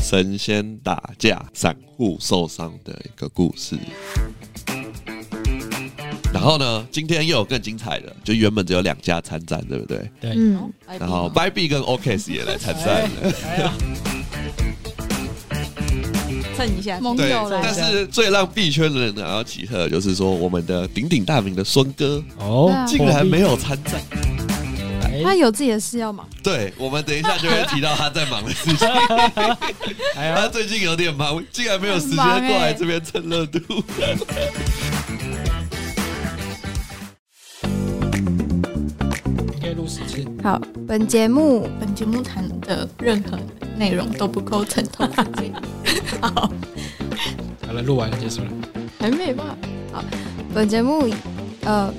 神仙打架、散户受伤的一个故事。然后呢，今天又有更精彩的，就原本只有两家参战，对不对？对，嗯，哎哎然后 b y b 跟 OKS 也来参战了。蹭一下，盟对友，来但着，是最让币圈人感到奇特，的就是说我们的鼎鼎大名的孙哥啊哦，竟然没有参战。他有自己的事要忙，对，我们等一下就会提到他在忙的事 情。哎他呀，最近有点忙，竟然没有时间很忙欸过来这边蹭热度。可以录十次，好，本节目本节目谈的任何内容都不构成投资建议。好，好了，录完了结束了。还没吧？本节目呃，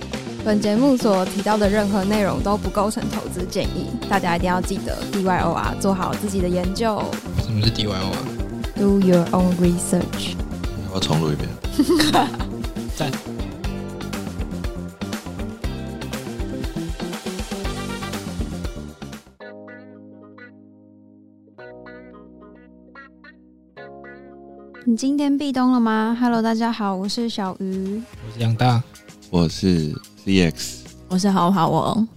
本节目所提到的任何内容都不构成投资建议，大家一定要记得 D Y O R 做好自己的研究什么是 DYO 啊？ ，Do your own research。哎我重录一遍。赞。你今天壁咚了吗？Hello，大家好，我是小鱼。我是杨大，我是 CX，我是好好哦，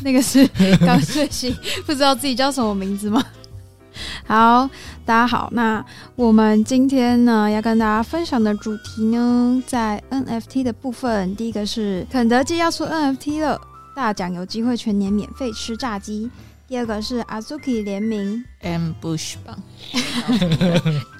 那个是刚睡醒，不知道自己叫什么名字吗？好，大家好，那我们今天呢要跟大家分享的主题呢，在 NFT 的部分，第一个是肯德基要出 NFT 了，大奖有机会全年免费吃炸鸡。第二个是 Azuki 联名 M Bush 吧，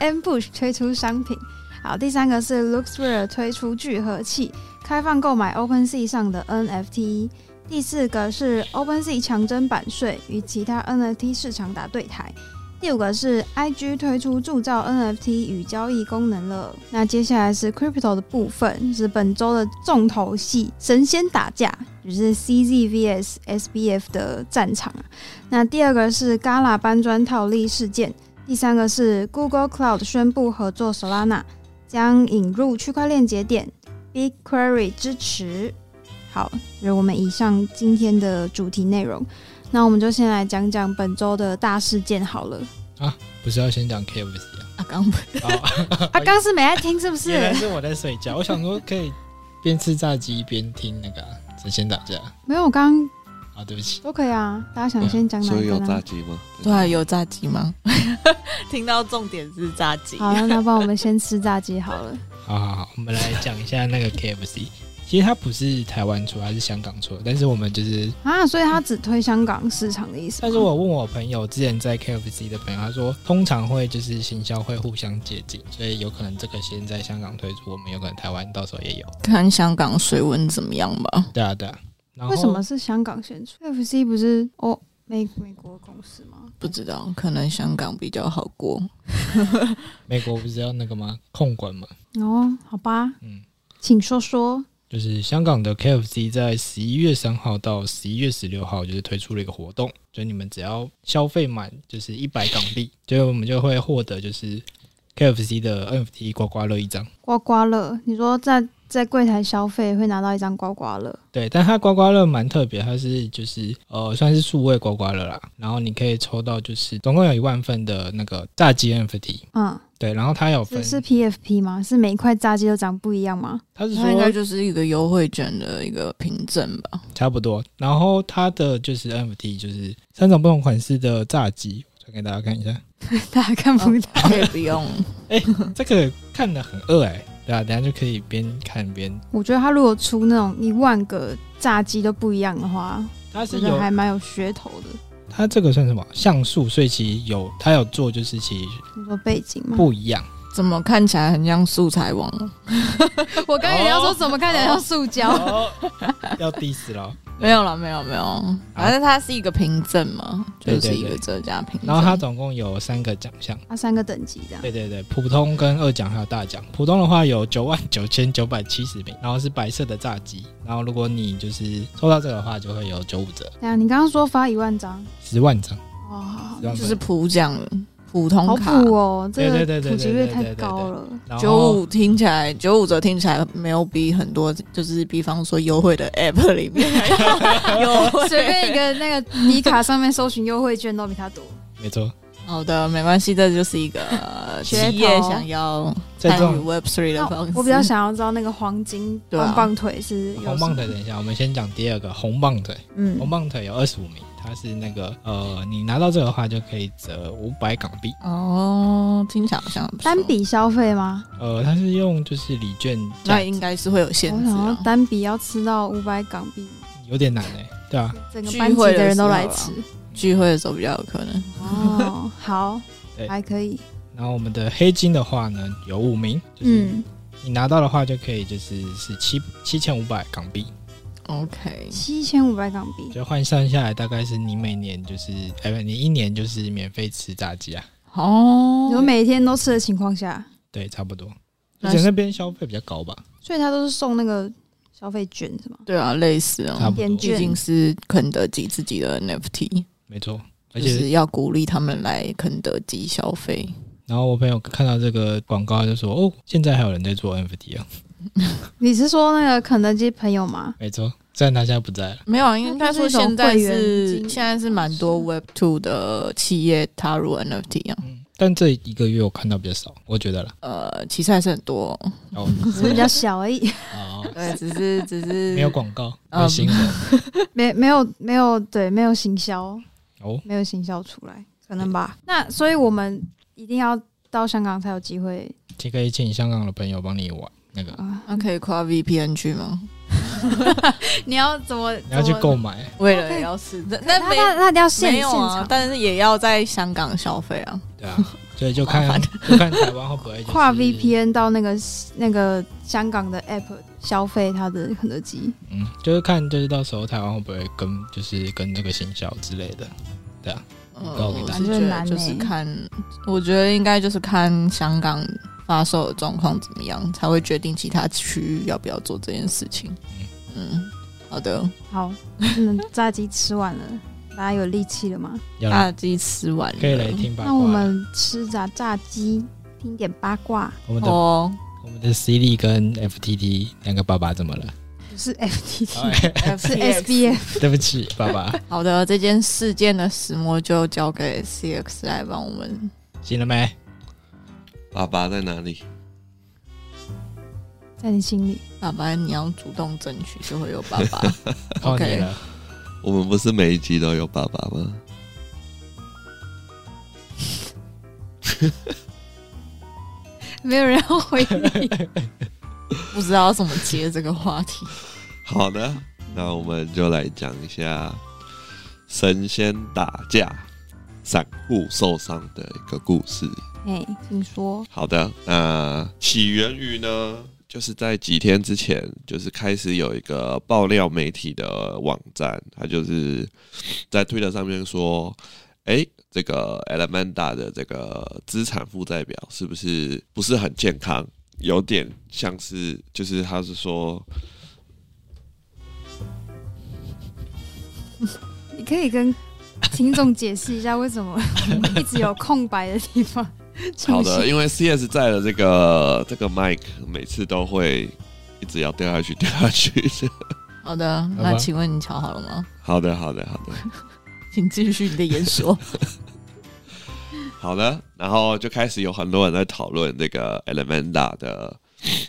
Ambush 推出商品。好，第三个是 Luxware 推出聚合器，开放购买 OpenSea 上的 NFT。第四个是 OpenSea 强征版税与其他 NFT 市场打对台。第五个是 IG 推出铸造 NFT 与交易功能了。那接下来是 Crypto 的部分，是本周的重头戏——神仙打架，就是 CZVS SBF 的战场啊。那第二个是 Gala 搬砖套利事件，第三个是 Google Cloud 宣布合作 Solana，将引入区块链节点 BigQuery 支持。好，就是我们以上今天的主题内容。那我们就先来讲讲本周的大事件好 了。不是要先讲 KFC 啊？啊，刚不好，啊，刚是没在听是不 哎原来是？是我在睡觉，我想说可以边吃炸鸡边听那个啊神仙打架没有，我刚刚啊，对不起，都可以啊。大家想先讲哪嗯所以一有个炸呢？鸡吗？对啊，有炸鸡吗？ 听到重点是炸鸡，好了，那不然我们先吃炸鸡好了。好好好，我们来讲一下那个 KFC。其实它不是台湾出，它是香港出的，但是我们就是，啊，所以他只推香港市场的意思吗。但是我问我朋友之前在 KFC 的朋友，他说通常会就是行销会互相接近，所以有可能这个先在香港推出，我们有可能台湾到时候也有。看香港水温怎么样吧。对啊对啊。然后为什么是香港先出？FC 不是哦美美国公司吗？不知道，可能香港比较好过。美国不是要那个吗？控管嘛，哦，好吧，嗯，请说说。就是香港的 KFC 在十一月三号到十一月十六号，就是推出了一个活动，就你们只要消费满就是一百港币，就我们就会获得就是 KFC 的 NFT 刮刮乐一张。刮刮乐，你说在在柜台消费会拿到一张刮刮乐，对，但它刮刮乐蛮特别，它是就是呃算是数位刮刮乐啦，然后你可以抽到就是总共有一万份的那个炸鸡 NFT。嗯，对，然后它有分是，是 PFP 吗？是每一块炸鸡都长不一样吗？它是它应该说就是一个优惠券的一个凭证吧。差不多，然后它的就是 NFT 就是三种不同款式的炸鸡，我传给大家看一下。大家看不到，哦可以 不用， 这个看的很饿哎、对啊，等一下就可以边看边，我觉得他如果出那种一万个炸鸡都不一样的话，它是觉得有还蛮有噱头的。它这个算什么像素，所以其实有它有做就是其实你说背景吗？不一样，怎么看起来很像素材 哦网？我刚才也要说怎么看起来像塑胶，哦、要 diss 了。没有了，没有没有，反正它是一个凭证嘛，对就是一对个对折价凭证。然后它总共有三个奖项，它三个等级这样。对对对，普通跟二奖还有大奖。普通的话有九万九千九百七十名，然后是白色的炸鸡，然后如果你就是抽到这个的话，就会有九五折，对啊，你刚刚说发一万张十万张。哦，十万就份是普奖，普通好卡补哦，这对对个对对普及率对对太对对高了。然九后五听起来，九五折听起来没有比很多，就是比方说优惠的 App 里面 还要优惠。 随便一个那个迪卡上面搜寻优惠券都比它多。没错，好的，没关系，这就是一个呃企噱头业想要在这参与种 Web Three 的那方式。我比较想要知道那个黄金对啊棒棒腿是有红什么棒腿，等一下，我们先讲第二个红棒腿。嗯红棒腿有二十五名，它是那个呃，你拿到这个的话就可以折五百港币。哦，听起来好像不错单，笔消费吗？呃，它是用就是礼券价那，应该是会有限我制想要啊。单笔要吃到五百港币，有点难哎、对啊，整个聚班级会的的人都时候来啦吃。聚会的时候啊比较有可能。哦， 好对，还可以。然后我们的黑金的话呢，有五名，就是嗯，你拿到的话就可以就是是七七千五百港币， OK，七千五百港币，就换算下来大概是你每年就是哎、不，你一年就是免费吃炸鸡啊，哦你，说每天都吃的情况下，对，差不多。那而是且那边消费比较高吧，所以他都是送那个消费券是吗？对啊，类似差啊，不点多，券毕竟是肯德基自己的 NFT，没错。而就且是要鼓励他们来肯德基消费。然后我朋友看到这个广告就说：“哦，现在还有人在做 NFT 啊！”你是说那个肯德基朋 友吗？没错，虽然他现在不在了，没有，啊，应该说现那在就是一是种会员金现在是蛮多 Web Two 的企业踏入 NFT 啊，嗯但这一个月我看到比较少，我觉得啦。呃，其实还是很多哦、哦，只是比较小而已， 哦对，只 是只是没有广告，没哦嗯有新闻没没有没有对，没有行销，哦。没有行销出来，可能吧。那所以我们一定要到香港才有机会这可以请香港的朋友帮你玩那 个，啊。那可以跨 VPN 去吗？你要怎么？你要去怎么购买，为了要试，那那那没那那一定要现没现有啊场，但是也要在香港消费啊。对啊， 所以就麻看 就看台湾会不会就是跨 VPN 到那个那个香港的 app 消费它的肯德基。嗯，就是看就是到时候台湾会不会跟就是跟这个行销之类的，嗯，告诉我大家是觉很得难就是欸看，我觉得应该就是看香港发售的状况怎么样，才会决定其他区域要不要做这件事情。嗯，好的。好，嗯，炸鸡吃完了， 大家有力气了吗？要来炸鸡吃完了可以来听八卦啊那了。我们吃炸炸鸡，听点八卦，我们的 哦。我们的 C D 跟 F T T 两个爸爸怎么了？不是 FTT，哎 是 SBF。对不起，爸 爸，好的，这件事件的始末就交给 CX 来帮我们。行了没？爸爸在哪里？在你心里，爸爸，你要主动争取，就会有爸 爸。靠你 OK 了。我们不是每一集都有爸爸吗？没有人要回你。不知道怎么接这个话题。好的，那我们就来讲一下神仙打架、散户受伤的一个故事。 哎，请说。好的，那起源于呢，就是在几天之前，就是开始有一个爆料媒体的网站，它就是在推特上面说，哎、这个 Elementa 的这个资产负债表是不是不是很健康？有点像是，就是他是说，你可以跟听众解释一下为 什么一直有空白的地方好出的，现。因为 CS 在的这个这个 Mike 每次都会一直要掉下去，掉下去。 好的，好那吧请问你瞧好了吗？好的，好的，好的。请继续你的演说。好的，然后就开始有很多人在讨论这个 Elementa 的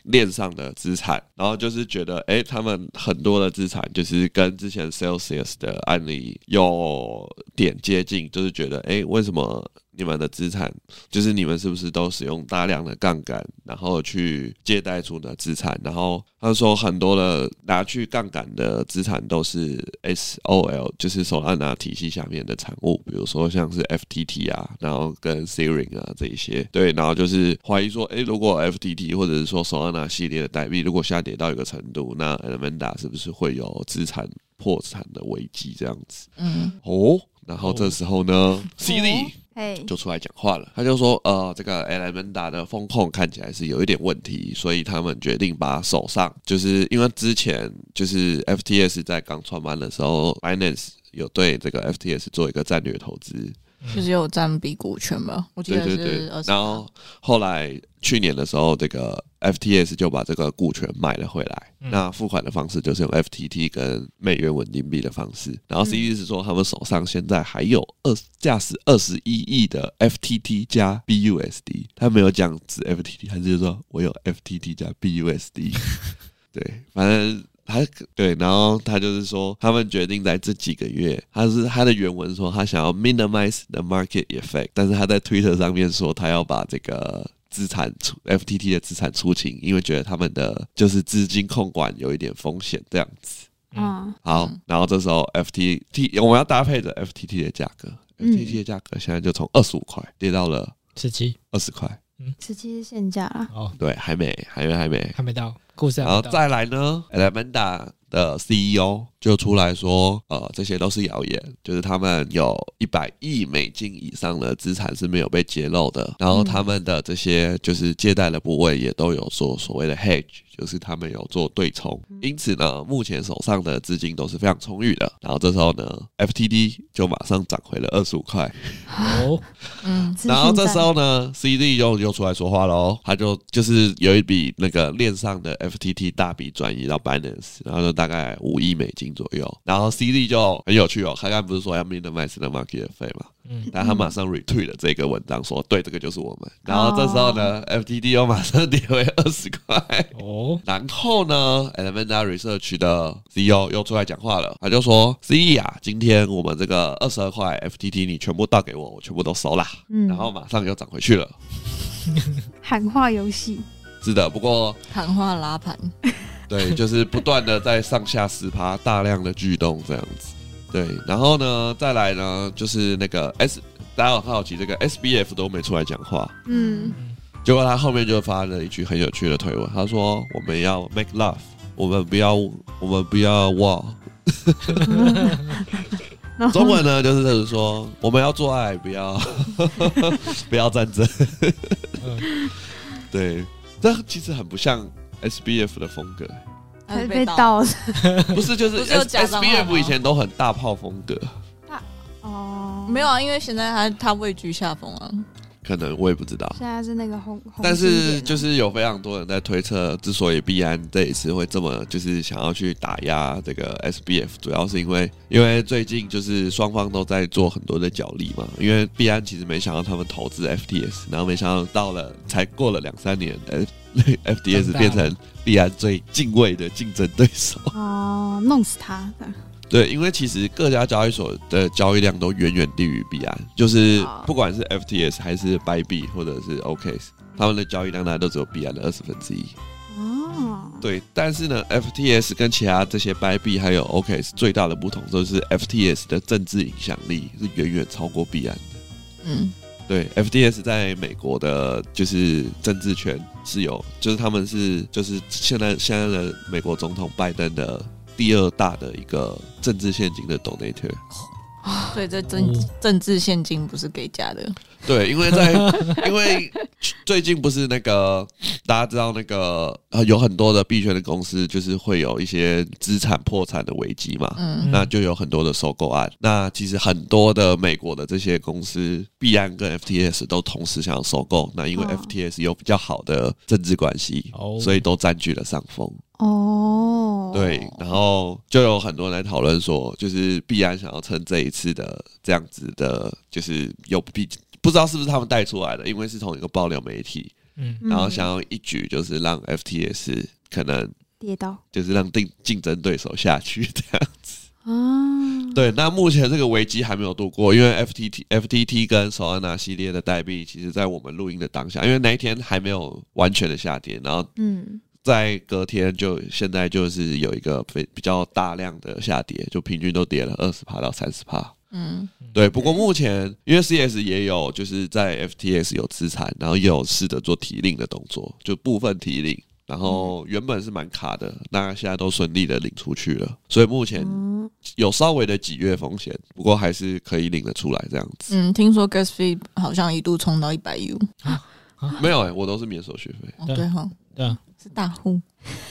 链上的资产，然后就是觉得，哎、他们很多的资产就是跟之前 Celsius 的案例有点接近，就是觉得，哎、为什么你们的资产，就是你们是不是都使用大量的杠杆，然后去借贷出的资产？然后他说很多的拿去杠杆的资产都是 SOL，就是手按拿体系下面的产物，比如说像是 FTT 啊，然后跟 s e r i n g 啊这一些，对，然后就是怀疑说，诶，如果 FTT 或者是说手按拿系列的代币如果下跌到一个程度，那 Elementa 是不是会有资产破产的危机这样子？嗯，哦，然后这时候呢、c d 哎，就出来讲话了，他就说，呃，这个 Elementa 的风控看起来是有一点问题，所以他们决定把手上，就是因为之前就是 FTS 在刚创办的时候，Binance。有对这个 FTS 做一个战略投资，就是有占比股权吧？我记对得对对是呃二。十。然后后来去年的时候，这个 FTS 就把这个股权买了回来。嗯那付款的方式就是用 FTT 跟美元稳定币的方式。然后嗯 CD 是说他们手上现在还有二价值二十一亿的 FTT 加 BUSD，他没有讲指 FTT，他就是说我有 FTT 加 BUSD。对，反正他对，然后他就是说，他们决定在这几个月，他是他的原文说他想要 minimize the market effect，但是他在 Twitter 上面说他要把这个。资产出 FTT 的资产出清，因为觉得他们的就是资金控管有一点风险这样子。嗯，好，嗯然后这时候 FTT 我们要搭配着 FTT 的价格嗯，FTT 的价格现在就从二十五块跌到了十七二十块，此期是现价啦。哦，对，还没，还没，还没，还没到，故事还然后没到。再来呢，Elementa 的 CEO 就出来说，呃，这些都是谣言，就是他们有一百亿美金以上的资产是没有被揭露的，然后他们的这些就是借贷的部位也都有做所谓的 hedge。就是他们有做对冲，因此呢，目前手上的资金都是非常充裕的。然后这时候呢，FTD 就马上涨回了二十五块，哦，嗯，资讯然后这战时候呢，CD 又又出来说话喽，他就就是有一笔那个链上的 FTT 大笔转移到 Binance，然后就大概五亿美金左右。然后 CD 就很有趣哦，他刚才不是说要 minimize the market 费嘛，嗯，但他马上 retweet 了这个文章说，对，这个就是我们。然哦后这时候呢、f t t 又马上跌回二十块。哦，然后呢，Elementa Research 的 CEO 又出来讲话了，他就说：“CE 啊，今天我们这个二十二块 FTT 你全部倒给我，我全部都收啦。嗯然后马上又涨回去了。喊话游戏，是的，不过谈话拉盘，对，就是不断的在上下十趴大量的巨动这样子。对，然后呢，再来呢，就是那个 S，大家有好奇这个 SBF 都没出来讲话，嗯，结果他后面就发了一句很有趣的推文，他说：“我们要 make love，我们不要，我们不要 war。” 然后中文呢，就是就是说我们要做爱，不要 不要战争。嗯 对，这其实很不像 SBF 的风格，还是被盗。盗了不是就是不是有 S, 假账号 SBF 吗以前都很大炮风格，哦，没有，啊，因为现在他他位居下风啊。可能我也不知道。现在是那个红，红啊但经是典就是有非常多人在推测，之所以币安这一次会这么就是想要去打压这个 SBF，主要是因为因为最近就是双方都在做很多的角力嘛。因为币安其实没想到他们投资 FTS，然后没想到到了才过了两三年，F FTS 长大了变成币安最敬畏的竞争对手。哦，弄死他，这样对，因为其实各家交易所的交易量都远远低于币安，就是好不管是 FTS 还是 Bybit 或者是 OKX，他们的交易量大概都只有币安的二十分之一。哦，对，但是呢，FTS 跟其他这些 Bybit 还有 OKX 最大的不同就是 FTS 的政治影响力是远远超过币安的。嗯，对，FTS 在美国的就是政治圈是有，就是他们是就是现在现在的美国总统拜登的第二大的一个政治现金的 donator。所以这政哦政治现金不是给假的。对，因为在因为最近不是那个大家知道那个呃有很多的币圈的公司就是会有一些资产破产的危机嘛，嗯，那就有很多的收购案。那其实很多的美国的这些公司，币安跟 FTS 都同时想要收购，那因为哦 FTS 有比较好的政治关系，哦所以都占据了上风。哦，对，然后就有很多人来讨论说，就是必然想要趁这一次的这样子的，就是有必不知道是不是他们带出来的，因为是同一个爆料媒体，嗯，嗯然后想要一举就是让 FTS 可能跌倒就是让竞竞争对手下去 这样子。啊，对，那目前这个危机还没有度过，因为 FTT、FTT 跟首安娜系列的代币，其实在我们录音的当下，因为那一天还没有完全的下跌，然后嗯，在隔天就现在就是有一个非比较大量的下跌，就平均都跌了二十趴到三十趴。嗯，对，不过目前因为 CS 也有就是在 FTS 有资产，然后也有试着做提领的动作，就部分提领。然后原本是蛮卡的，那现在都顺利的领出去了，所以目前哦有稍微的几月风险，不过还是可以领得出来这样子。嗯，听说 gas fee 好像一度冲到一百 U。没有哎、我都是免手续费。哦，对对哈，对啊，是大户，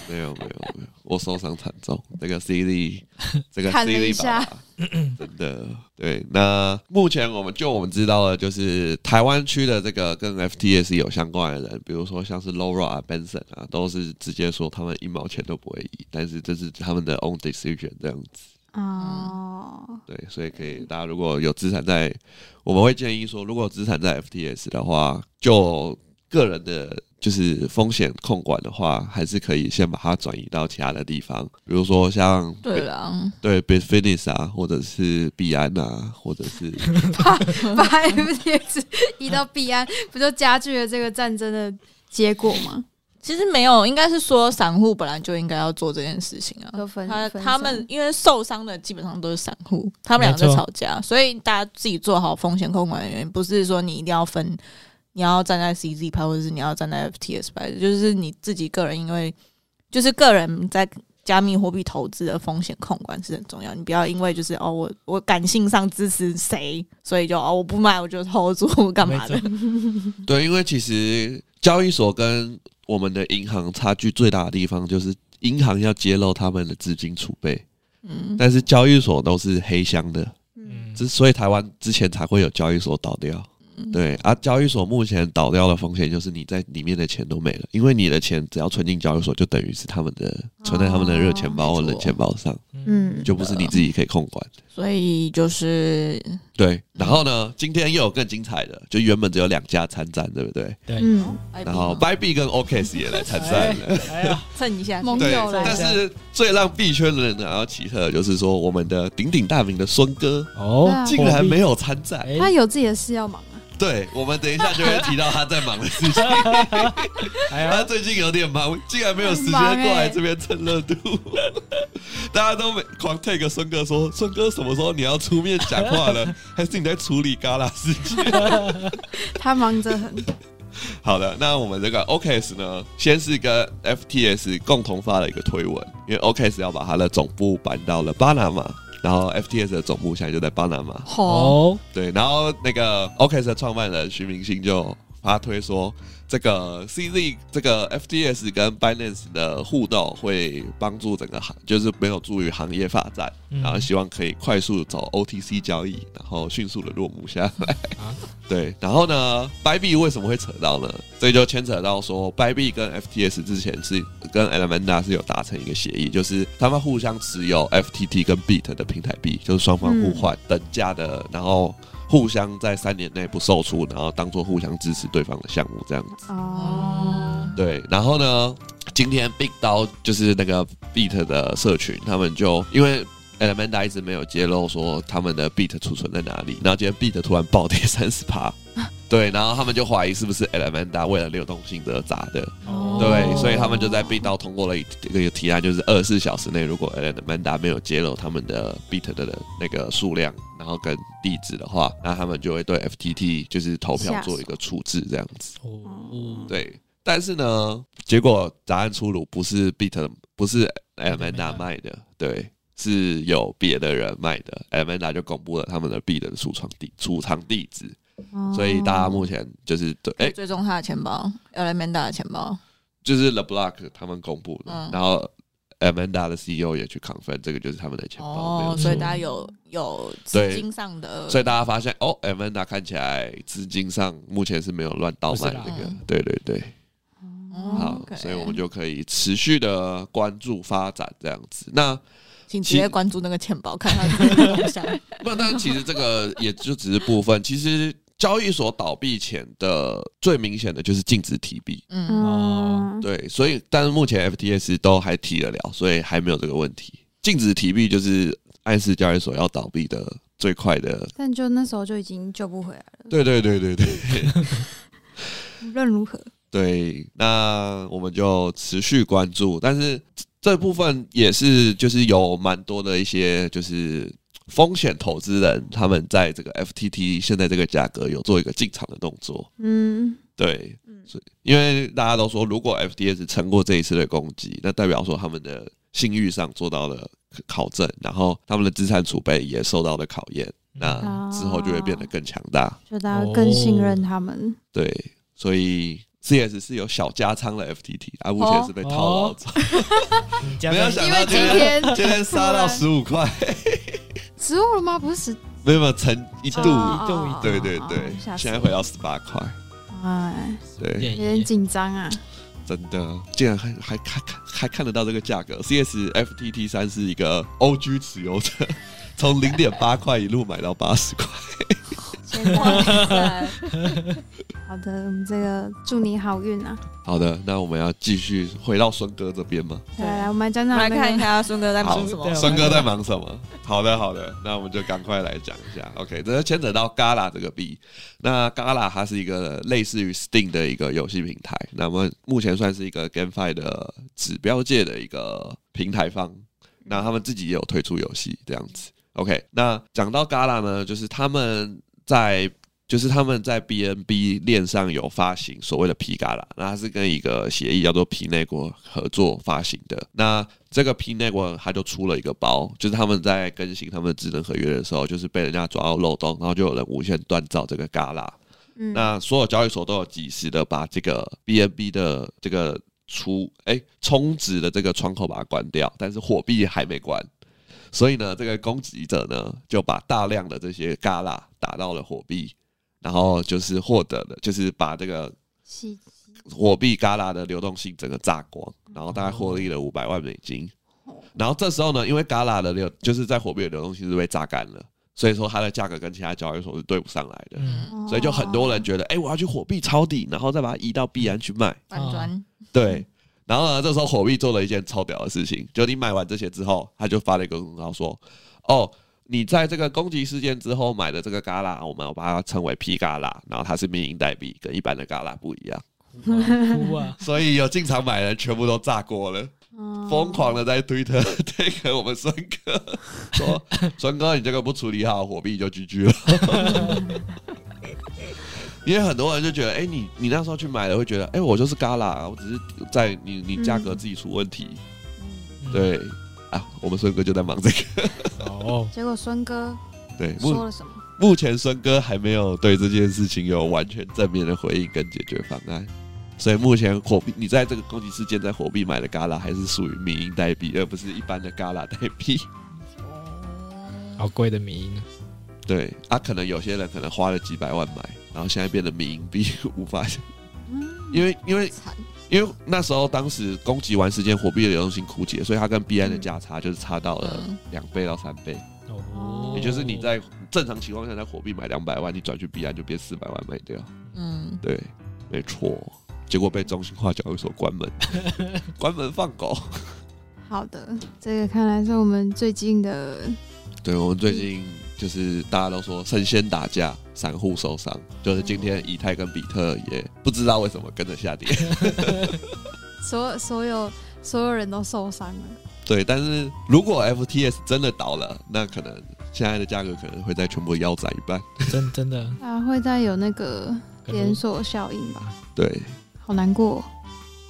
没有没有没有， 我受伤惨重。这 个 CD，这个看了 CD 一下爸爸， 真的对。那目前我们就我们知道的，就是台湾区的这个跟 FTS 有相关的人，比如说像是 Laura 啊、Benson 啊，都是直接说他们一毛钱都不会赢，但是这是他们的 own decision 这样子。哦，对，所以可以，大家如果有资产在，我们会建议说，如果有资产在 FTS 的话，就个人的就是风险控管的话，还是可以先把它转移到其他的地方，比如说像对啊啦，对 b i f i n i s 啊，或者是币安啊，或者是 把 FTX 移到币安，不就加剧了这个战争的结果吗？其实没有，应该是说散户本来就应该要做这件事情啊。就分他分他散们因为受伤的基本上都是散户，他们两个没在错吵架，所以大家自己做好风险控管的原因，不是说你一定要分，你要站在 CZ 派，或者是你要站在 FTS 派，就是你自己个人，因为就是个人在加密货币投资的风险控管是很重要，你不要因为就是哦，我我感性上支持谁，所以就哦我不卖我就 hold 住干嘛的没，对，因为其实交易所跟我们的银行差距最大的地方就是银行要揭露他们的资金储备，嗯，但是交易所都是黑箱的。嗯，之所以台湾之前才会有交易所倒掉。对啊，交易所目前倒掉的风险就是你在里面的钱都没了，因为你的钱只要存进交易所，就等于是他们的存在他们的热钱包哦或没错冷钱包上，嗯，就不是你自己可以控管的。所以就是对，然后呢，今天又有更精彩的，就原本只有两家参战，对不对？对，嗯，哎然后 b y b 跟 OKS 也来参哎战了。哎呀，蹭一下盟对友，来但了，是最让币圈人感到奇特的就是说，我们的鼎鼎大名的孙哥哦，竟然没有参战。哎，嗯他有自己的事要忙啊。对，我们等一下就会提到他在忙的事情。哎他呀，最近有点忙，竟然没有时间过来这边蹭热度。 大家都没狂 take 孙哥说，孙哥什么时候你要出面讲话了？ 还是你在处理旮旯事情？他忙着 很， 好的，那我们这个 OKS 呢，先是跟 FTS 共同发了一个推文，因为 OKS 要把它的总部搬到了巴拿马。然后 FTS 的总部现在就在巴拿马，吼，哦，对，然后那个 OKS 的创办人徐明星就发推说，这个 CZ 这个 FTS 跟 Binance 的互动会帮助整个行，就是没有助于行业发展，嗯然后希望可以快速走 OTC 交易，然后迅速的落幕下来。啊 对，然后呢 b y b 为什么会扯到呢？这就牵扯到说 b y b 跟 FTS 之前是跟 Alameda 是有达成一个协议，就是他们互相持有 FTT 跟 Bit 的平台币，就是双方互换等价的，然后互相在三年内不售出，然后当做互相支持对方的项目这样子。哦，对，然后呢，今天 Big 刀就是那个 Beat 的社群，他们就因为 Elementa 一直没有揭露说他们的 Beat 储存在哪里，然后今天 Beat 突然暴跌三十趴。对，然后他们就怀疑是不是 Elementa 为了流动性而砸的，哦对，所以他们就在 Big 刀通过了一一个提案，就是二十四小时内，如果 Elementa 没有揭露他们的 Beat 的那个数量，然后跟地址的话，那他们就会对 FTT 就是投票下手做一个处置这样子。哦，对，但是呢，结果答案出炉，不是 Beat，不是 Amanda 卖的，对，是有别的人卖的。Amanda 就公布了他们的 Beat 的储藏地储藏地址，哦所以大家目前哦就是对，哎、追踪他的钱包，Elementa 的钱包，就是 The Block 他们公布的，嗯然后 Amanda 的 CEO 也去 confirm，这个就是他们的钱包，没有哦，错所以大家有有资金上的，所以大家发现哦，Amanda 看起来资金上目前是没有乱倒卖不是那啦个嗯，对对对。嗯好 OK 所以我们就可以持续的关注发展这样子。那请直接关注那个钱包，看他的 动向。不，但其实这个 也就只是部分。其实交易所倒闭前的最明显的就是禁止提币，嗯，哦哦， 对，所以但是目前 FTS 都还提得了，所以还没有这个问题。禁止提币就是暗示交易所要倒闭的最快的。但就那时候就已经救不回来了，嗯对对对对对无论如何， 对，那我们就持续关注，但是这部分也是就是有蛮多的一些就是风险投资人，他们在这个 FTT 现在这个价格有做一个进场的动作。嗯，对，所以因为大家都说，如果 FTS 撑过这一次的攻击，那代表说他们的信誉上做到了考证，然后他们的资产储备也受到了考验，嗯哦那之后就会变得更强大。 就大家更信任他们，对，所以 CS 是有小加仓的 FTT，啊，目前是被套哦 牢走，你嗯加没有上想因到为今今 天今天杀到十五块，十五了吗？不是十没有没有乘一度，哦一度一度对对对，现在回，哦哦到十八块，吓死我哎，对，有点紧张啊。真的，竟然还还看看还看得到这个价格，CS FTT 三是一个 OG 持有者， 从零点八块一路买到八十块，现在 对好的，我们这个祝你好运啊！好的，那我们要继续回到孙哥这边吗？对来来，我们来讲我讲们来那看一个下孙哥在忙什么好。孙哥在忙什么？好的，好的，那我们就赶快来讲一下。OK，这牵扯到 Gala 这个币。那 Gala 它是一个类似于 Steam 的一个游戏平台，那么目前算是一个 GameFi 的指标界的一个平台方。那他们自己也有推出游戏这样子。OK，那讲到 Gala 呢，就是他们在就是他们在 BNB 链上有发行所谓的皮嘎啦，那它是跟一个协议叫做皮内国合作发行的。那这个皮内国它就出了一个包，就是他们在更新他们的智能合约的时候，就是被人家抓到漏洞，然后就有人无限锻造这个嘎啦。嗯那所有交易所都有及时的把这个 BNB 的这个出哎、充值的这个窗口把它关掉，但是货币还没关。所以呢，这个攻击者呢就把大量的这些嘎啦打到了火币，然后就是获得的，就是把这个喜火币嘎啦的流动性整个榨光，然后大概获利了五百万美金。然后这时候呢，因为嘎啦的流就是在火币的流动性是被榨干了，所以说它的价格跟其他交易所是对不上来的。嗯，所以就哦很多人觉得，哎、我要去火币抄底，然后再把它移到币安去卖。搬砖，对，然后呢，这时候火币做了一件超屌的事情，就你买完这些之后，他就发了一个公告说，哦，你在这个攻击事件之后买的这个嘎啦，我们把它称为 P 嘎啦，然后它是民营代币，跟一般的嘎啦不一样，哭啊，所以有进场买的人全部都炸锅了。哦疯狂的在推特推给我们孙哥，说孙哥你这个不处理好，火币就 GG 了。 因为很多人就觉得，哎、你你那时候去买了，会觉得，哎、我就是嘎啦，我只是在你你价格自己出问题，嗯，对啊，我们孙哥就在忙这个。哦，结果孙哥对，说目了什么？目前孙哥还没有对这件事情有完全正面的回应跟解决方案，所以目前火币你在这个攻击事件在火币买的嘎啦还是属于民营代币，而不是一般的嘎啦代币。 啊哦好贵的名呢，对，啊，可能有些人可能花了几百万买，然后现在变得民营币无法，嗯，因为因为惨因为那时候当时攻击完事件，火币的流动性枯竭，所以它跟币安的价差就是差到了嗯两倍到三倍，哦，也就是你在正常情况下在火币买两百万，你转去币安就变四百万卖掉，嗯，对，没错。结果被中心化交易所关门，关门放狗。好的，这个看来是我们最近的对我们最近就是大家都说神仙打架，散户受伤，就是今天以太跟比特也不知道为什么跟着下跌。所所有所有人都受伤了。对，但是如果 FTS 真的倒了，那可能现在的价格可能会再全部腰斩一半。真真的啊，会再有那个跟连锁效应吧？对好难过哦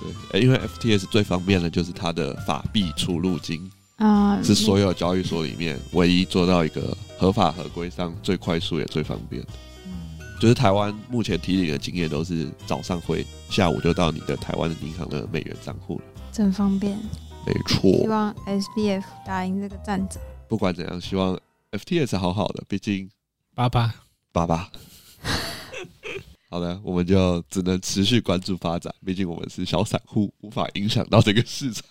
对，呃因为 FTS 最方便的就是它的法币出入金，啊！是所有交易所里面唯一做到一个合法合规上最快速也最方便的。嗯就是台湾目前提领的经验都是早上汇，下午就到你的台湾的银行的美元账户了。真方便，没希错，望 SBF 打赢这个战争。不管怎样，希望 FTS 好好的，毕竟爸爸，爸 爸。好的，我们就只能持续关注发展，毕竟我们是小散户，无法影响到这个市场。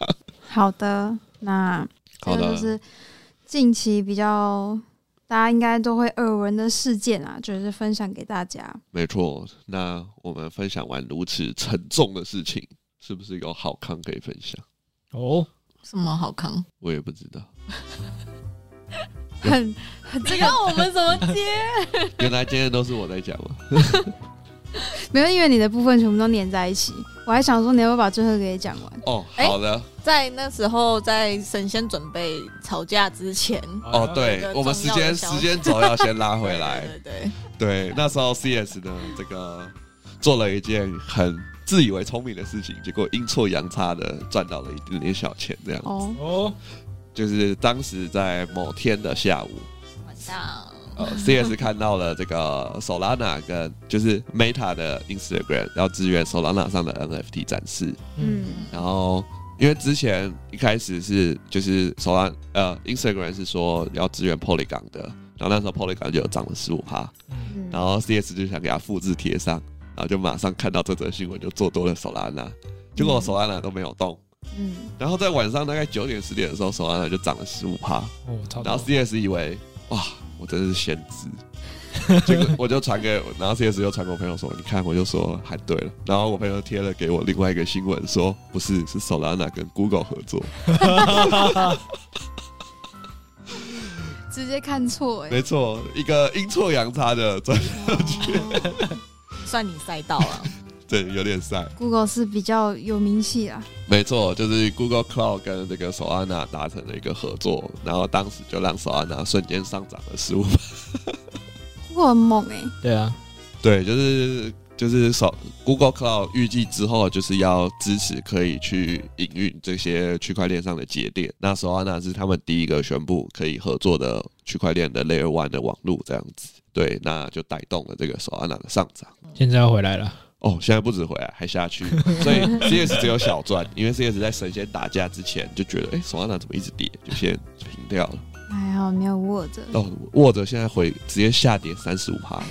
好的，那好这个就的，是近期比较大家应该都会耳闻的事件啊，就是分享给大家。没错。那我们分享完如此沉重的事情，是不是有好康可以分享？哦，什么好康？ 我也不知道。很很这个我们怎么接？原来今天都是我在讲嘛。没有，因为你的部分全部都粘在一起，我还想说你要不要把最后一个也讲完。哦，哎好的。 在那时候，在神仙准备吵架之前，哦，对有一，个我们时间重要的消息时间轴要先拉回来。对 对对，那时候 CS 呢，这个做了一件很自以为聪明的事情，结果阴错阳差的赚到了一点点小钱，这样。哦，哦，就是当时在某天的下午，对，晚上呃，CS 看到了这个 Solana 跟就是 Meta 的 Instagram 要支援 Solana 上的 NFT 展示，嗯，嗯，然后因为之前一开始是就是 Solana 呃 Instagram 是说要支援 Polygon 的，然后那时候 Polygon 就有涨了十五趴，嗯然后 CS 就想给它复制贴上，然后就马上看到这则新闻就做多了 Solana，结果 Solana 都没有动，嗯，然后在晚上大概九点十点的时候，Solana 就涨了十五趴，哦，然超后多 CS 以为哇，我真是先知，结果我就传给，然后 CS 就传给我朋友说，你看，我就说喊对了，然后我朋友贴了给我另外一个新闻说，不是，是 Solana 跟 Google 合作，直接看错哎、没错，一个阴错阳差的， 这算你赛道了， 这有点晒， Google 是比较有名气啊啦，没错，就是 Google Cloud 跟这个 Solana 达成了一个合作，然后当时就让 Solana 瞬间上涨了十五 Google 很猛哎、对啊，对，就是就是手 Google Cloud 预计之后就是要支持可以去营运这些区块链上的节点。那 Solana 是他们第一个宣布可以合作的区块链的 Layer One 的网络，这样子。对，那就带动了这个 Solana 的上涨。现在要回来了，哦，现在不止回来，还下去，所以 CS 只有小赚，因为 CS 在神仙打架之前就觉得，哎、s o l a n a 怎么一直跌，就先平掉了。还好哎没有握着，哦，握着现在回直接下跌三十五趴。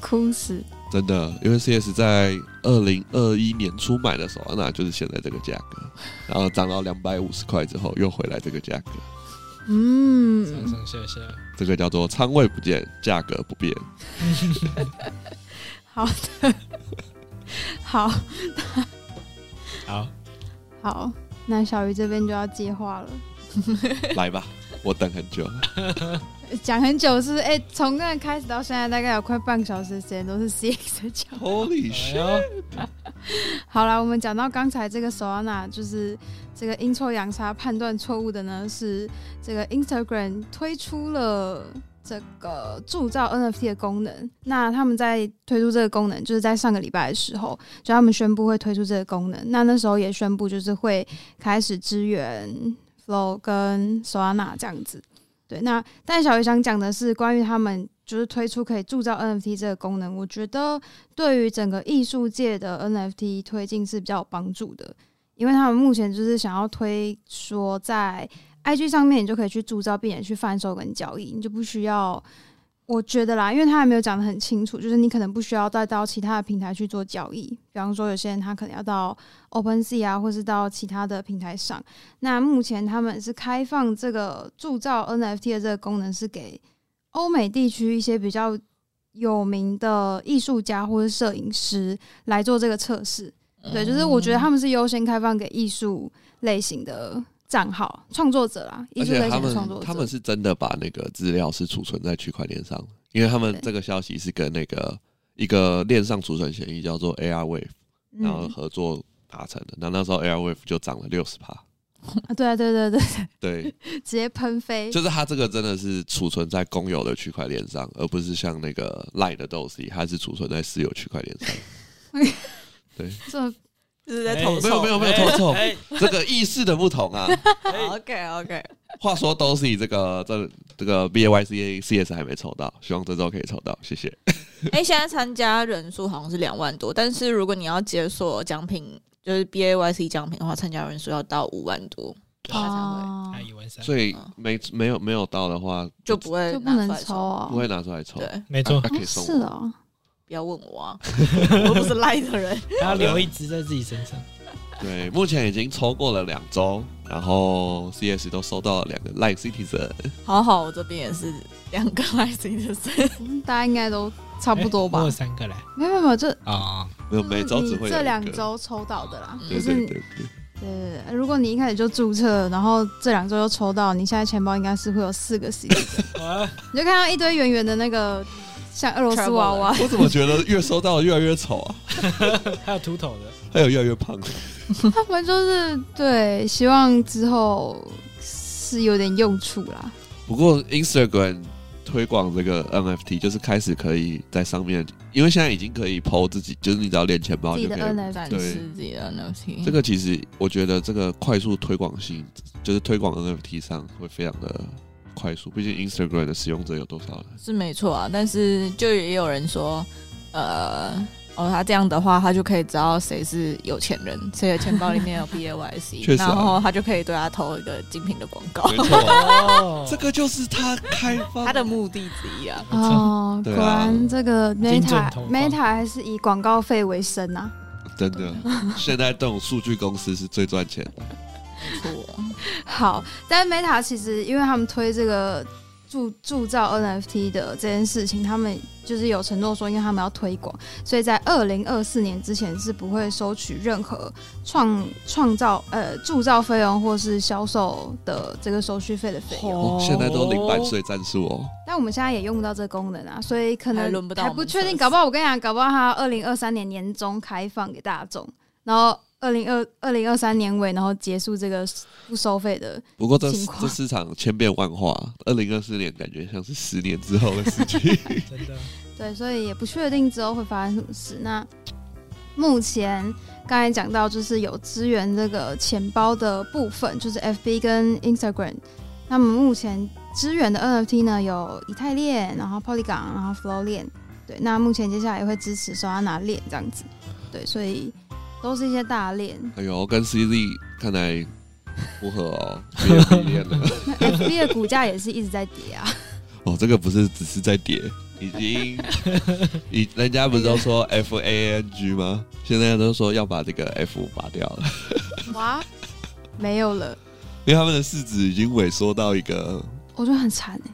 哭死。真的，因为 CS 在二零二一年初买的时候，那就是现在这个价格，然后涨到两百五十块之后又回来这个价格，上嗯，上下下，这个叫做仓位不变，价格不变。好的，好好，好，那小鱼这边就要接话了。来 吧，我等很久了，讲很久是不是哎，从、那开始到现在大概有快半个小时的时间都是 CX 的讲。 Holy 哎 shit！呦 好了，我们讲到刚才这个 Solana，就是这个阴错阳差判断错误的呢，是这个 Instagram 推出了这个铸造 NFT 的功能。那他们在推出这个功能，就是在上个礼拜的时候，就他们宣布会推出这个功能。那那时候也宣布就是会开始支援 Flow 跟 Solana 这样子。对，那但小鱼想讲的是关于他们就是推出可以铸造 NFT 这个功能，我觉得对于整个艺术界的 NFT 推进是比较有帮助的，因为他们目前就是想要推说在 IG 上面你就可以去铸造并且去贩售跟交易，你就不需要。我觉得啦，因为他还没有讲的很清楚，就是你可能不需要再到其他的平台去做交易，比方说有些人他可能要到 OpenSea 啊，或是到其他的平台上。那目前他们是开放这个铸造 NFT 的这个功能，是给欧美地区一些比较有名的艺术家或是摄影师来做这个测试。对，就是我嗯觉得他们是优先开放给艺术类型的账号创作者啦，艺而术且类他型的创作们他者。们是真的把那个资料是储存在区块链上的，因为他们对这个消息是跟那个一个链上储存协议叫做 ARWave，嗯然后合作达成的。那那时候 ARWave 就涨了六十趴，啊 对啊对对对，对，直接喷飞。就是它这个真的是储存在公有的区块链上，而不是像那个 Line 的 DOS，它是储存在私有区块链上。这就是在投没有诉没。有没有偷错，哎这个意识的不同啊。 OK OK，话说 DOS 这个这这个 BAYCA CS 还没抽到，希望这周可以抽到，谢谢。哎，现在参加人数好像是两万多，但是如果你要解锁奖品，就是 B A Y C 奖品的话，参加人数要到五万多，大概才会哦哎还一万三，所以没没有没有到的话，就不会就不拿出能来抽送。不哦。会拿出来抽。对啊，没错啊，可以哦送是我。哦，不要问 我啊，我又不是赖的人。还要留一只在自己身上，对，目前已经抽过了两周，然后 CS 都收到了两个 Line Citizen。好好，我这边也是两个 赖 C 的事。嗯大家应该都差不多哎吧我有？三个嘞，没有没有没有，这啊，没有，每周只会有一你嗯这两个。周抽到的啦，就对是对你对对。对，如果你一开始就注册，然后这两周又抽到，你现在钱包应该是会有四个 C，你啊就看到一堆圆圆的那个像俄罗斯娃娃，我怎么觉得越收到越来越丑啊？还有秃头的，还有越来越胖。 啊他们就是对，希望之后是有点用处啦。不过 Instagram 推广这个 NFT，就是开始可以在上面，因为现在已经可以 PO 自己，就是你只要练钱包自己就的可以。展 NFT，示自己的 NFT。这个其实我觉得这个快速推广性，就是推广 NFT 上会非常的快速，毕竟 Instagram 的使用者有多少人？ 是没错啊，但是就也有人说，呃，哦，他这样的话，他就可以知道谁是有钱人，谁的钱包 里面有 B A Y 确 C，实啊然后他就可以对他投一个精品的广告没，错，啊哦这个就是他开放 他的目的之一啊。不错哦，对果啊然这个精准 Meta 投放 Meta 还是以广告费为生啊。真的，现在这种数据公司是最赚钱的。错， 好，但 Meta 其实因为他们推这个铸铸造 NFT 的这件事情，他们就是有承诺说，因为他们要推广，所以在二零二四年之前是不会收取任何创创造呃铸造费用或是销售的这个手续费的费用。哦，现在都零版税战术哦，但我们现在也用不到这个功能啊，所以可能还轮不到还我们确定，测试搞不好我跟你讲，搞不好它二零二三年年中开放给大众，然后二零二二零二三年尾，然后结束这个不收费的。不过这情况这市场千变万化，二零二四年感觉像是十年之后的事情。真的对，所以也不确定之后会发生什么事。那目前刚才讲到，就是有支援这个钱包的部分，就是 FB 跟 Instagram。那么目前支援的 NFT 呢，有以太链，然后 Polygon，然后 Flow 链。对，那目前接下来也会支持 Solana 链这样子。对，所以都是一些大链。哎呦，跟 CZ 看来不合哦，没有理念了。那 FB 的股价也是一直在跌啊。哦，这个不是只是在跌，已经，已人家不是都说 F A N G 吗？现在都说要把这个 F 拔掉了，哇，没有了，因为他们的市值已经萎缩到一个我觉得很惨哎、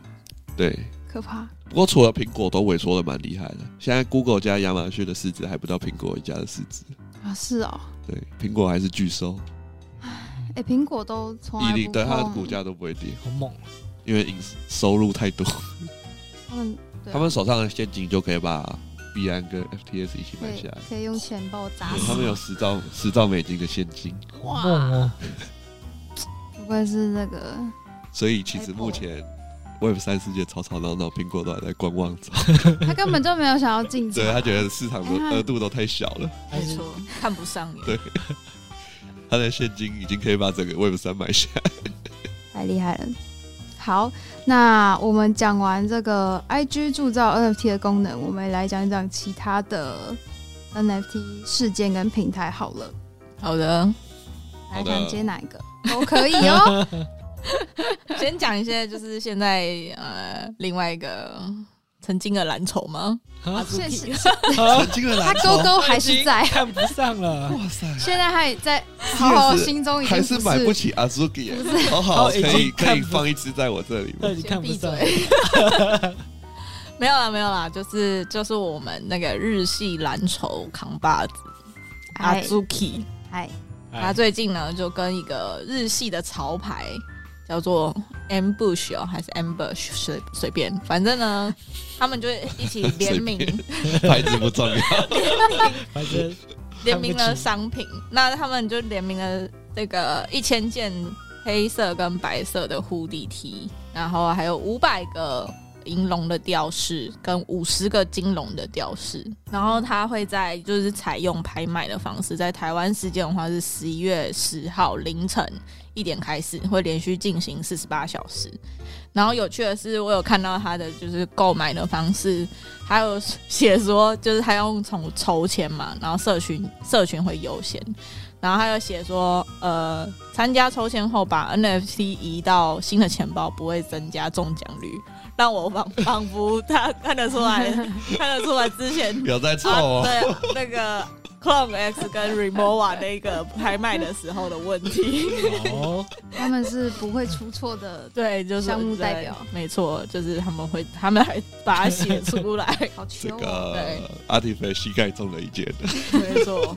对。可怕。不过除了苹果都萎缩的蛮厉害的，现在 Google 加亚马逊的市值还不到苹果一家的市值。啊，是哦，对，苹果还是巨收，哎、苹果都从以来不领对它的碰股价都不会跌，好猛，啊因为营收入太多，他们对啊他们手上的现金就可以把币安跟 FTS 一起买下来。可以用钱把我砸对 死他。们有十兆十兆美金的现金，好猛哦！不愧是那个，所以其实目前 Web 三世界吵吵闹闹，苹果都还在观望中，他根本就没有想要进场对。他觉得市场的哎他额度都太小了，还没是错，看不上你。 对他的现金已经可以把整个 Web 三买下。 太厉害了。好，那我们讲完这个 IG 铸造 NFT 的功能，我们来讲一讲其他的 NFT 事件跟平台好了。好的，来好的看接哪一个都可以哦。 先讲一些，就是现在呃，另外一个曾经的蓝筹吗？啊现实曾经的他蓝勾筹，勾还是 在，看不上了，哇塞，现在还在好好心中已经还是买不不起 Azuki，耶好好哦已可经以可看以不放一只在我 这里吗那？你看不上先，闭嘴没有啦，没有啦，就是就是我们那个日系蓝筹扛把子阿哎 Zuki，哎，他最近呢就跟一个日系的潮牌叫做 Ambush 哦，还是 Ambush 随随便，反正呢，他们就一起联名随牌子不重要，反正联名看了不起商品，那他们就联名了这个一千件黑色跟白色的护地 T，然后还有五百个银龙的吊饰跟五十个金龙的吊饰，然后它会在就是采用拍卖的方式，在台湾时间的话是十一月十号凌晨一点开始，会连续进行四十八小时。然后有趣的是，我有看到他的就是购买的方式，还有写说就是他用从筹钱嘛，然后社群社群会优先，然后他又写说，呃，参加抽签后把 NFT 移到新的钱包，不会增加中奖率，让我仿仿佛 他看得出来，看得出来之前有在凑啊哦。对那个 Clone X 跟 Remova 那个拍卖的时候的问题。哦，他们是不会出错的，对，就是项目代表对没错，就是他们会，他们还把它写出来， 好这穷哦。个对阿蒂菲膝盖中了一箭，没错。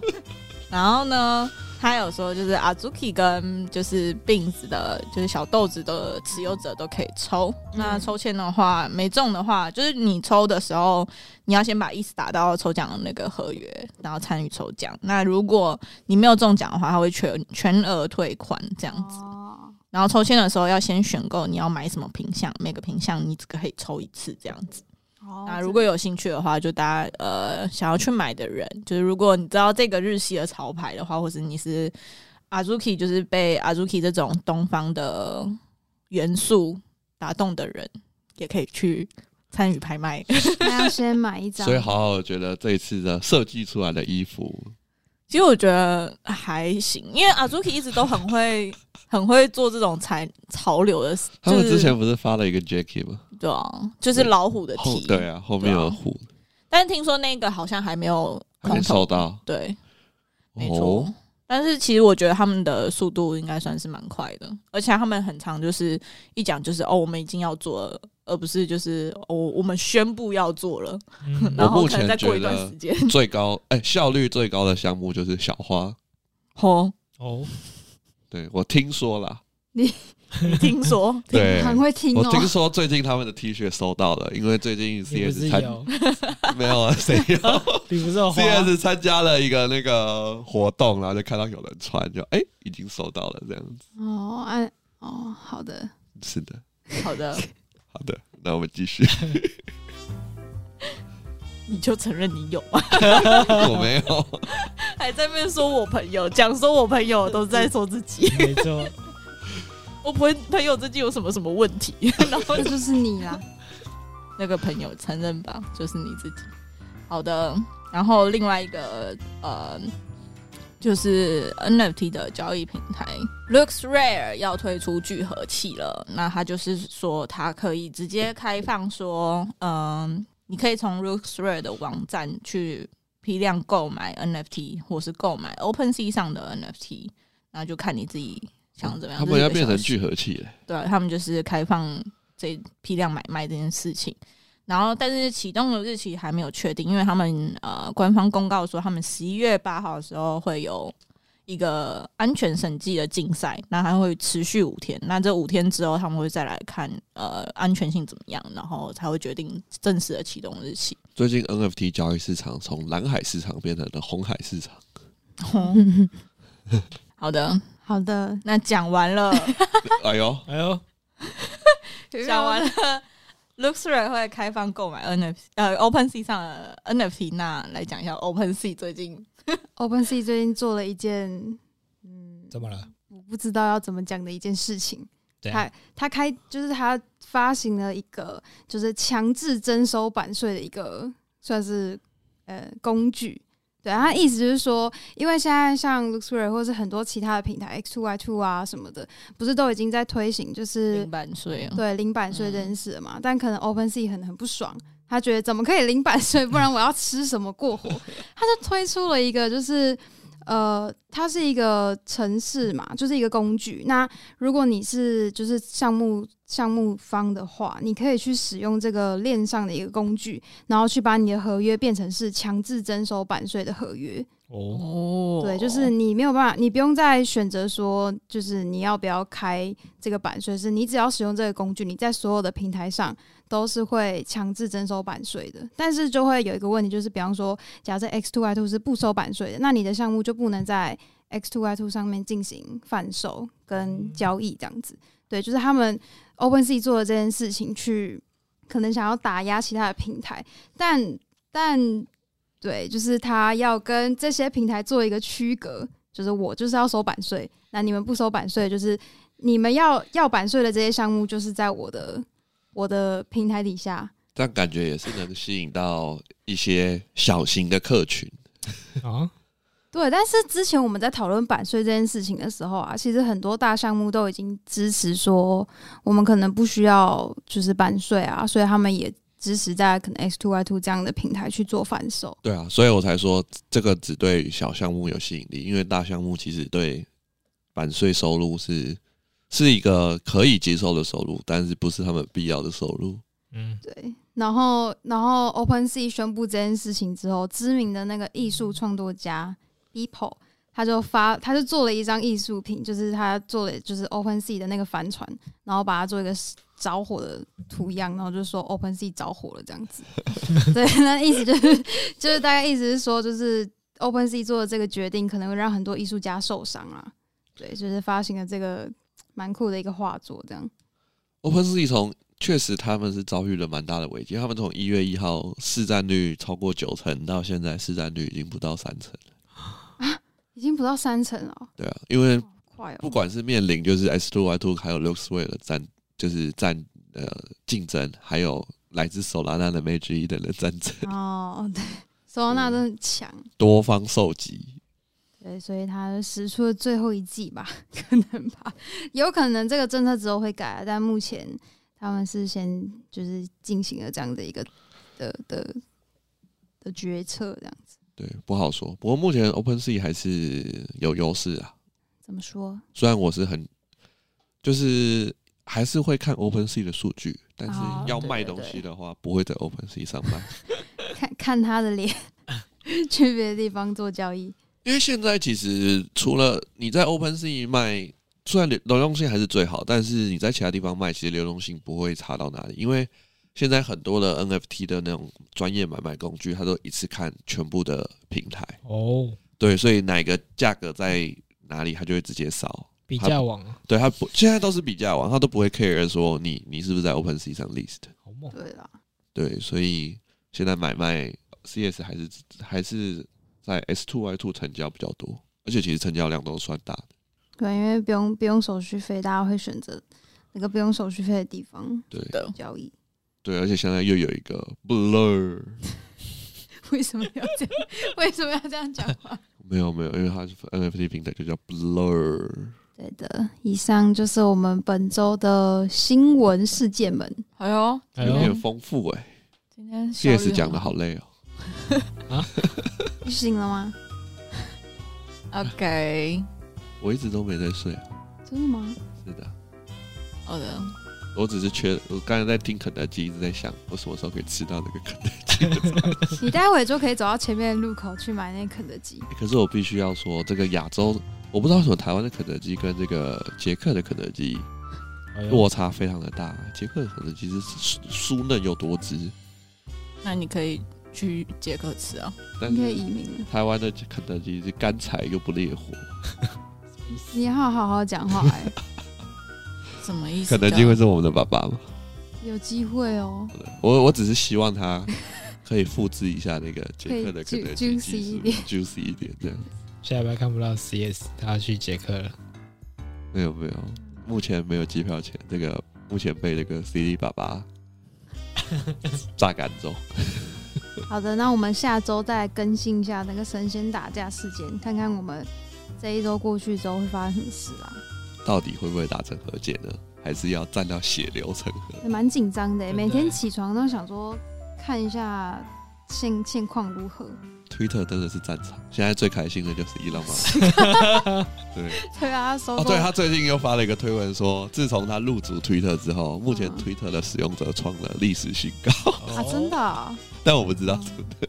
然后呢，他有说就是 Azuki 跟就是病子的，就是小豆子的持有者都可以抽。嗯那抽签的话，没中的话，就是你抽的时候，你要先把意思打到抽奖的那个合约，然后参与抽奖。那如果你没有中奖的话，他会全全额退款这样子。哦，然后抽签的时候要先选购你要买什么品相，每个品相你只可以抽一次这样子。哦那如果有兴趣的话，就大家呃想要去买的人，就是如果你知道这个日系的潮牌的话，或是你是 Azuki，就是被 Azuki 这种东方的元素打动的人，也可以去参与拍卖。 那要先买一张所。以好好觉得这一次的设计出来的衣服，其实我觉得还行，因为阿朱 k 一直都很会很会做这种潮潮流的事，他们就是之前不是发了一个 Jacky 吗？对啊，就是老虎的后题。对啊，后面有虎，但是听说那个好像还没有还没空收投，到。对，没错。哦，但是其实我觉得他们的速度应该算是蛮快的，而且他们很常就是一讲就是哦，我们已经要做了，而不是就是哦，我们宣布要做了，嗯然后可目前能再过一段觉得时间。 最高哎，效率最高的项目就是小花。哦， 哦，对我听说啦，你听说 对，很会听我哦。听说最近他们的 T 恤收到了，因为最近你不是 CS 参有，哦没有 啊，谁有你不是有花， CS 参加了一个那个活动，然后就看到有人穿，就哎、已经收到了这样子。哦，按哦，好的。是的，好的，好的，那我们继 续。你就承认你有啊，我没有，还在那边说我朋友，讲说我朋友都是在说自己， 没错，我朋朋友最近有什么什么问题， 然后这就是你啦。那个朋友承认吧，就是你自己。好的，然后另外一个呃，就是 NFT 的交易平台 Looks Rare 要推出聚合器了。那它就是说，它可以直接开放说，嗯、你可以从 Looks Rare 的网站去批量购买 NFT，或是购买 OpenSea 上的 NFT，那就看你自己想怎么样。他们要这是一变个成小聚合器了。对啊他们就是开放这批量买卖这件事情。然后，但是启动的日期还没有确定，因为他们呃官方公告说，他们十一月八号的时候会有一个安全审计的竞赛，那还会持续五天。那这五天之后，他们会再来看呃安全性怎么样，然后才会决定正式的启动日期。最近 NFT 交易市场从蓝海市场变成了红海市场，好的， 好的，那讲完了，哎呦，哎呦，讲完 了。Looksrate 会开放购买 NFT，呃，OpenSea 上的 NFT。那来讲一下 OpenSea 最近 OpenSea 最近做了一件，嗯，怎么了？我不知道要怎么讲的一件事情。对他他开就是他发行了一个就是强制征收版税的一个算是呃工具。对，他意思就是说，因为现在像 Luxury 或是很多其他的平台 X Two Y Two 啊什么的，不是都已经在推行就是零版税啊，对零版税这件事了嘛？但可能 OpenSea 很很不爽，他觉得怎么可以零版税？不然我要吃什么过活？他就推出了一个，就是呃，它是一个城市嘛，就是一个工具。那如果你是就是项目项目方的话，你可以去使用这个链上的一个工具，然后去把你的合约变成是强制征收版税的合约。哦，哦对， 就是你没有办法，你不用再选择说，就是你要不要开这个版税，是你只要使用这个工具，你在所有的平台上都是会强制征收版税的。但是就会有一个问题，就是比方说，假设 X Two Y Two 是不收版税的，那你的项目就不能在 X Two Y Two 上面进行贩售跟交易这样子。对，就是他们 OpenSea 做的这件事情，去可能想要打压其他的平台，但但对，就是他要跟这些平台做一个区隔，就是我就是要收版税，那你们不收版税，就是你们要要版税的这些项目，就是在我的我的平台底下。这样感觉也是能吸引到一些小型的客群。啊，对，但是之前我们在讨论版税这件事情的时候啊，其实很多大项目都已经支持说，我们可能不需要就是版税啊，所以他们也支持在可能 X Two Y Two 这样的平台去做贩售。对啊，所以我才说这个只对小项目有吸引力，因为大项目其实对版税收入是是一个可以接受的收入，但是不是他们必要的收入。嗯，对，然后然后 OpenSea 宣布这件事情之后，知名的那个艺术创作家 Beeple 他就发他就做了一张艺术品，就是他做了就是 OpenSea 的那个帆船，然后把它做一个着火的图样，然后就说 OpenSea 着火了这样子。 对，那意思就是就是大概意思是说，就是 OpenSea 做的这个决定可能会让很多艺术家受伤啊。对，就是发行了这个蛮酷的一个画作这样。 OpenSea 从确实他们是遭遇了蛮大的危机，他们从一月一号市占率超过九成，到现在市占率已经不到三成。已经不到三成了哦，对啊，因为好快哦！不管是面临就是 S two Y two 还有 Looksway 的占，就是占呃竞争，还有来自手拉纳的 Mage 一等的战争，哦， 对，索纳真的很强，多方受击。对，所以他使出了最后一计吧， 可能吧，有可能这个政策之后会改啊，但目前他们是先就是进行了这样的一个的的的决策，这样子对，不好说。不过目前 OpenSea 还是有优势啊，怎么说？ 虽然我是很，就是还是会看 OpenSea 的数据，但是哦要对卖对东西对的话，不会在 OpenSea 上卖。看看他的脸，去别的地方做交易，因为现在其实除了你在 OpenSea 卖，虽然流流动性还是最好，但是你在其他地方卖，其实流动性不会差到哪里。因为现在很多的 NFT 的那种专业买卖工具，它都一次看全部的平台，哦，对，所以哪个价格在哪里，它就会直接扫。比价网啊对，它不现在都是比价网，它都不会 care 说你你是不是在 OpenSea 上 list。好猛，对啦，对，所以现在买卖 CS 还是还是在 S two Y two 成交比较多，而且其实成交量都算大的。对，因为不用不用手续费，大家会选择那个不用手续费的地方对的交 易。对，而且现在又有一个 Blur，为什么要这样？为什么要这样讲话？没有没有，因为它是 NFT 平台，就叫 Blur。对的，以上就是我们本周的新闻事件们。 哎呦，哎有呦点丰富哎、今天啊效率 CS 讲的好累哦、你醒了吗？很好，OK，我一直都没在睡啊。真的吗？是的，啊好的，我只是缺，我刚才在听肯德基，一直在想我什么时候可以吃到那个肯德基。你待会就可以走到前面的路口去买那肯德基。可是我必须要说，这个亚洲，我不知道为什么台湾的肯德基跟这个捷克的肯德基哎呦落差非常的大。捷克的肯德基是酥酥嫩又多汁，那你可以去捷克吃啊，但你可以移是民了。台湾的肯德基是干柴又不烈火。你要好好讲话哎、什么意思肯的？德基会是我们的爸爸吗？有机会哦。我我只是希望他可以复制一下那个捷克的可肯以德基技 ju- juicy 术一点，juicy 一点这样。下礼拜看不到 CS，他去捷 克了。没有没有，目前没有机票钱，这个目前被那个 CD 爸爸榨干中。好的，那我们下周再更新一下那个神仙打架事件，看看我们这一周过去之后会发生什么事啊？到底会不会达成和解呢？还是要战到血流成河？也蛮紧张的、欸真的每天起床都想说看一下现现况如何，推特真的是战场，现在最开心的就是伊朗马斯克。 对，对啊，收哦，工对他最近又发了一个推文说，自从他入主推特之后，目前嗯推特的使用者创了历史新高， 哦啊，真的、啊。但我不知道嗯不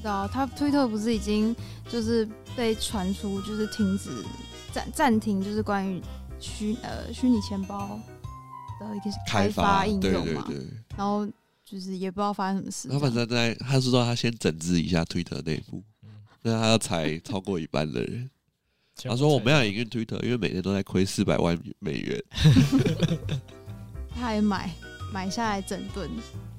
知道，他推特不是已经就是被传出就是停止暂暂停，就是关于虚呃虚拟钱包的一个开发应对用对嘛，对。然后就是也不知道发生什么事这他样。反正在，他是说他先整治一下推特内部，那他要裁超过一半的人。他说我们要营运推特，因为每天都在亏四百万美元。他还买买下来整顿，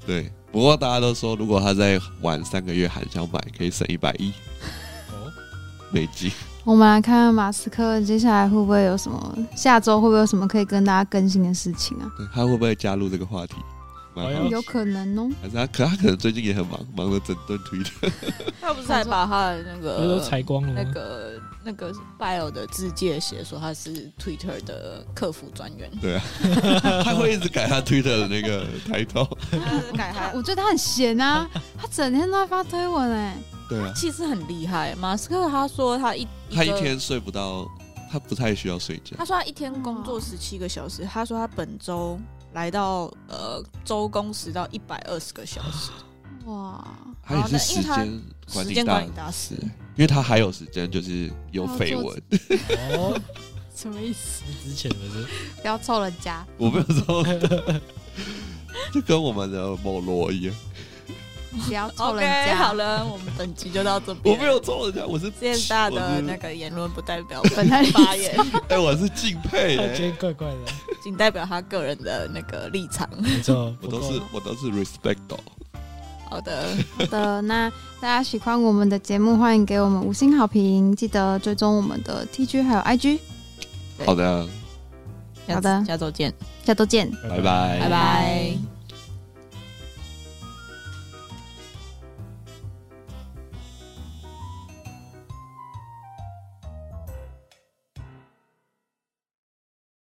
对，不过大家都说，如果他在晚三个月还想买，可以省一百亿哦，美金。我们来看看马斯克接下来会不会有什么，下周会不会有什么可以跟大家更新的事情啊？对他会不会加入这个话题？蛮好哎呦有可能哦，还是他可他可能最近也很忙，忙着整顿推特。他不是还把他的那不是都呃个裁光了吗？那个那个 bio 的字界写说他是 Twitter 的客服专员，对啊，他会一直改他推特的那个 title。 他是改他我觉得他很闲啊，他整天都在发推文哎、对啊，其实很厉害。马斯克他说他一他一个天睡不到，他不太需要睡觉他。说他一天工作十七个小时，他说他本周来到呃周工时到一百二十个小时，哇，他也是时好的间管时理间大管理大师，。师因为他还有时间，就是有绯闻。哦， 什么意思？是之前不是不要臭人家。 我没有说， 就跟我们的某罗一样，不要凑人 OK，家。好了，我们本集就到这边。我没有 揍人家，我是现大我的是那个言论不代 表本本台台立场发言， 哎、我是敬佩、 他今欸，天怪怪的，仅代表他个人的那个立场。没错，我都是我都是 respect 哦好的，好的，那大家喜欢我们的节目，欢迎给我们五 星好评，记得追踪我们的 TG 还有 IG。好的，下好次的下周见，下周见。拜拜拜拜。